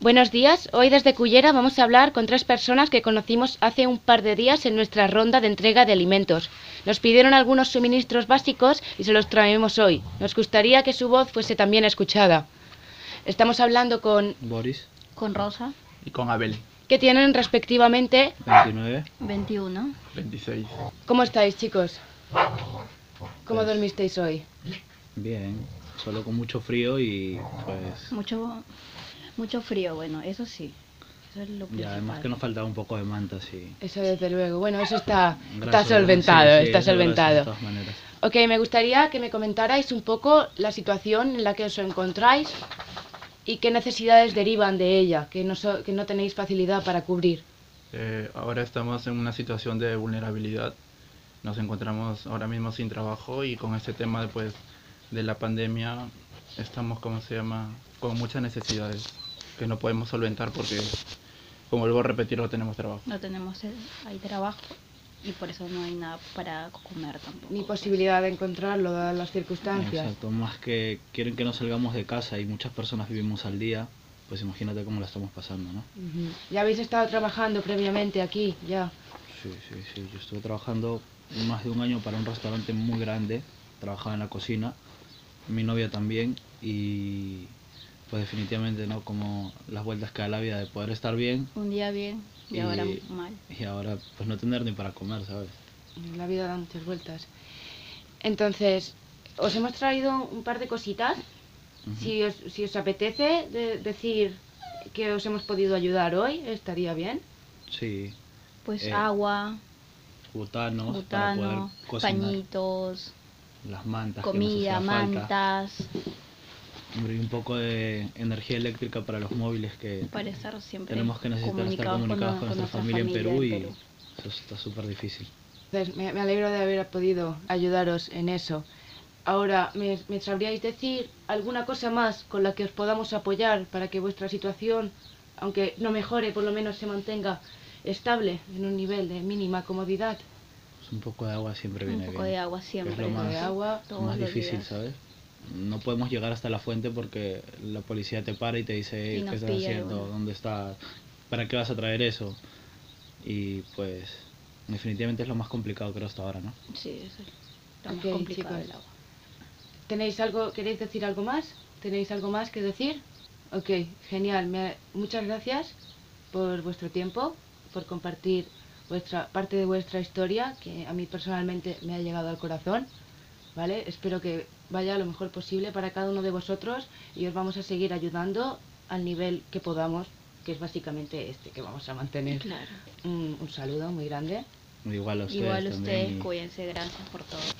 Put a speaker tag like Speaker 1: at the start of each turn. Speaker 1: Buenos días, hoy desde Cullera vamos a hablar con tres personas que conocimos hace un par de días en nuestra ronda de entrega de alimentos. Nos pidieron algunos suministros básicos y se los traemos hoy. Nos gustaría que su voz fuese también escuchada. Estamos hablando con,
Speaker 2: Boris
Speaker 3: Con Rosa,
Speaker 2: y con Abel,
Speaker 1: que tienen respectivamente...
Speaker 2: 29,
Speaker 3: 21.
Speaker 2: 26.
Speaker 1: ¿Cómo estáis chicos? ¿Cómo
Speaker 2: Pues
Speaker 1: dormisteis hoy?
Speaker 2: Bien, solo con mucho frío y pues
Speaker 3: Mucho, mucho frío, bueno, eso sí. Eso es lo
Speaker 2: y además
Speaker 3: principal.
Speaker 2: que nos faltaba un poco de manta, sí.
Speaker 1: Eso desde luego. Bueno, eso está, está
Speaker 2: Gracias,
Speaker 1: solventado,
Speaker 2: sí, sí,
Speaker 1: está
Speaker 2: eso gracias,
Speaker 1: solventado.
Speaker 2: De todas maneras.
Speaker 1: Ok, me gustaría que me comentarais un poco la situación en la que os encontráis y qué necesidades derivan de ella, que no, so- que no tenéis facilidad para cubrir.
Speaker 4: Eh, ahora estamos en una situación de vulnerabilidad. Nos encontramos ahora mismo sin trabajo y con este tema pues, de la pandemia estamos, ¿cómo se llama?, con muchas necesidades que no podemos solventar porque, como vuelvo a repetir, no tenemos trabajo.
Speaker 3: No tenemos, eh, hay trabajo y por eso no hay nada para comer tampoco.
Speaker 1: Ni posibilidad de encontrarlo, dadas las circunstancias.
Speaker 2: Exacto, más que quieren que no salgamos de casa y muchas personas vivimos al día, pues imagínate cómo la estamos pasando, ¿no?
Speaker 1: Ujú. Ya habéis estado trabajando previamente aquí, ya.
Speaker 2: Sí, sí, sí. Yo estuve trabajando más de un año para un restaurante muy grande. Trabajaba en la cocina. Mi novia también. Y pues definitivamente, ¿no? Como las vueltas que da la vida de poder estar bien
Speaker 3: Un día bien y, ahora
Speaker 2: Y-
Speaker 3: mal.
Speaker 2: y ahora pues no tener ni para comer, ¿sabes?
Speaker 1: La vida da muchas vueltas. Entonces, os hemos traído un par de cositas. si, os, si os apetece de- decir que os hemos podido ayudar hoy, estaría bien.
Speaker 2: Sí.
Speaker 3: Pues
Speaker 2: Eh,
Speaker 3: agua,
Speaker 2: Butanos, para
Speaker 3: butano,
Speaker 2: poder cocinar.
Speaker 3: pañitos,
Speaker 2: Las mantas. que nos
Speaker 3: comida,
Speaker 2: hacía falta.
Speaker 3: mantas,
Speaker 2: Hombre, y un poco de energía eléctrica para los móviles que
Speaker 3: para estar siempre
Speaker 2: tenemos que necesitar estar
Speaker 3: comunicados
Speaker 2: comunicados con,
Speaker 3: con
Speaker 2: nuestra familia, en Perú y eso está súper difícil.
Speaker 1: Entonces, me, me alegro de haber podido ayudaros en eso. Ahora, ¿me, me sabríais decir alguna cosa más con la que os podamos apoyar para que vuestra situación, aunque no mejore, por lo menos se mantenga estable en un nivel de mínima comodidad?
Speaker 2: Pues un poco de agua siempre
Speaker 3: Un
Speaker 2: viene
Speaker 3: poco
Speaker 2: bien.
Speaker 3: de agua
Speaker 2: lo
Speaker 3: siempre.
Speaker 2: más-
Speaker 1: de agua,
Speaker 3: todos
Speaker 2: más
Speaker 3: los
Speaker 2: difícil,
Speaker 3: días.
Speaker 2: ¿sabes? No podemos llegar hasta la fuente porque la policía te para y te dice,
Speaker 3: Y
Speaker 2: "Ey,
Speaker 3: nos
Speaker 2: ¿qué estás
Speaker 3: pilla de
Speaker 2: haciendo?
Speaker 3: una.
Speaker 2: ¿Dónde estás? ¿Para qué vas a traer eso? Y pues definitivamente es lo más complicado creo hasta ahora, ¿no?
Speaker 3: Sí, eso es lo más
Speaker 1: Ok,
Speaker 3: complicado
Speaker 1: chicos.
Speaker 3: el agua.
Speaker 1: ¿Tenéis algo, queréis decir algo más? ¿Tenéis algo más que decir? Ok, genial. Me- muchas gracias por vuestro tiempo, por compartir vuestra parte de vuestra historia, que a mí personalmente me ha llegado al corazón. ¿Vale? Espero que vaya lo mejor posible para cada uno de vosotros y os vamos a seguir ayudando al nivel que podamos, que es básicamente este que vamos a mantener.
Speaker 3: Claro.
Speaker 1: Un- un saludo muy grande.
Speaker 2: Igual a ustedes
Speaker 3: Igual
Speaker 2: también
Speaker 3: ustedes,
Speaker 2: y-
Speaker 3: cuídense, gracias por todo.